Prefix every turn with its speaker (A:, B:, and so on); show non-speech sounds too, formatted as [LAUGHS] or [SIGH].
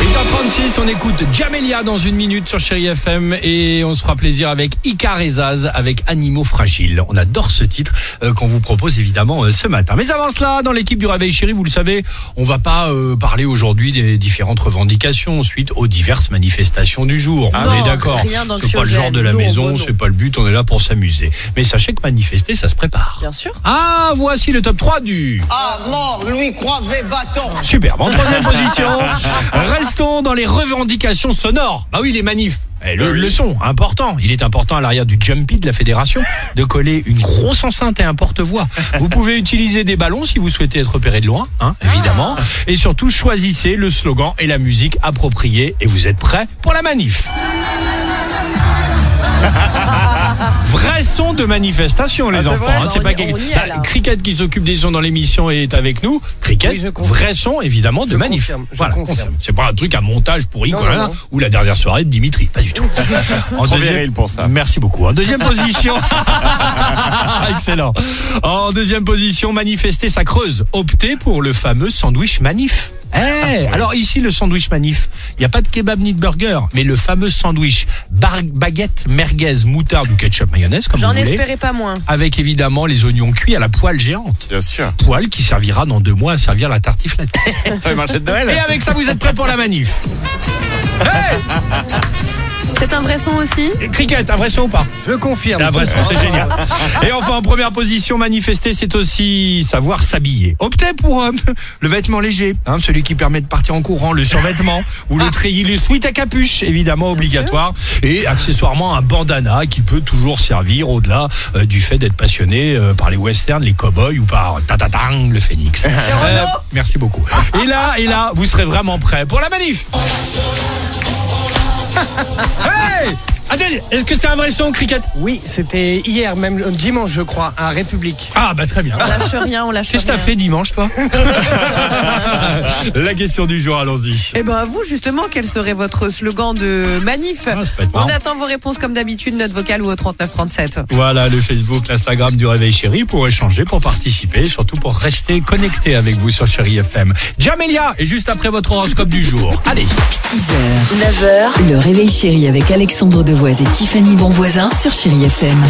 A: 8h36, on écoute Jamelia dans une minute sur Chéri FM et on se fera plaisir avec Icar et Zaz avec Animaux Fragiles. On adore ce titre euh, qu'on vous propose évidemment euh, ce matin. Mais avant cela, dans l'équipe du Réveil Chéri, vous le savez, on va pas euh, parler aujourd'hui des différentes revendications suite aux diverses manifestations du jour.
B: Ah,
A: on
B: non,
A: est d'accord,
B: rien
A: c'est pas le genre de la
B: d'anxiogène, non,
A: maison,
B: bah non.
A: c'est pas le but, on est là pour s'amuser. Mais sachez que manifester, ça se prépare.
B: Bien sûr.
A: Ah, voici le top 3 du...
C: Ah non, lui croyait bâton.
A: Superbe. En troisième
B: [LAUGHS]
A: position, restons dans les revendications sonores. Bah oui, les manifs. Eh, le, le son, important. Il est important à l'arrière du jumpy de la fédération de coller une grosse enceinte et un porte-voix. Vous pouvez utiliser des ballons si vous souhaitez être repéré de loin, hein, évidemment.
B: Ah.
A: Et surtout, choisissez le slogan et la musique appropriée. Et vous êtes prêts pour la
B: [LAUGHS]
A: manif. Vrai son de manifestation, les
B: c'est
A: enfants.
B: vrai
A: hein,
B: Bah,
A: c'est
B: on
A: pas
B: y-
A: quelque-
B: on y est,
A: Bah,
B: là.
A: Cricket qui s'occupe des sons dans l'émission est avec nous. Cricket,
B: Oui, je confirme.
A: vrai son évidemment de manif.
B: confirme, je
A: voilà,
B: confirme.
A: confirme. C'est pas un truc à montage pour
B: non,
A: Nicolas
B: non.
A: ou la dernière soirée de Dimitri, pas du
B: [LAUGHS]
A: tout. En
D: Trop viril pour ça.
A: Merci beaucoup. En deuxième position, [LAUGHS] excellent. En deuxième position, manifester sa creuse. Optez pour le fameux sandwich manif.
B: Ah,
A: Eh, alors ici le sandwich manif, il n'y a pas de kebab ni de burger, mais le fameux sandwich bar- baguette merguez moutarde ou ketchup mayonnaise comme vous
B: J'en
A: voulez,
B: espérais pas moins.
A: avec évidemment les oignons cuits à la poêle géante
D: Bien sûr.
A: poêle qui servira dans deux mois à servir la tartiflette.
D: Ça va marcher de
A: Et
D: Noël
A: avec ça, vous êtes prêts pour la manif.
B: C'est un vrai son aussi
A: Et cricket, un vrai son ou pas Je confirme. Un vrai son, c'est [LAUGHS] génial. Et enfin, en première position, manifester, c'est aussi savoir s'habiller. Optez pour euh, [LAUGHS] le vêtement léger, hein, celui qui permet de partir en courant, le [LAUGHS] survêtement ou le treillis, le sweat à capuche, évidemment obligatoire, et accessoirement un bandana qui peut toujours servir au-delà euh, du fait d'être passionné euh, par les westerns, les cowboys ou par euh, tatatang, le phénix. Euh, merci beaucoup. Et là, et là, vous serez vraiment prêts pour la [LAUGHS] manif. Hey Attendez, est-ce que c'est un vrai son, cricket
E: Oui, c'était hier, même euh, dimanche, je crois, à République.
A: Ah bah très bien.
B: On lâche rien, Ah, on hein. lâche
A: Qu'est-ce que
B: rien.
A: t'as fait dimanche, toi [LAUGHS] La question du jour, allons-y.
B: Eh ben à vous justement, quel serait votre slogan de manif
A: Ah, ça peut être
B: On
A: marrant.
B: attend vos réponses comme d'habitude, notre vocale ou au 3937.
A: Voilà le Facebook, l'Instagram du Réveil Chéri pour échanger, pour participer, et surtout pour rester connecté avec vous sur Chéri FM. Jamelia est juste après votre horoscope du jour. Allez
F: 6h, 9h, le réveil chéri avec Alexandre Devoise et Tiffany Bonvoisin sur Chéri FM.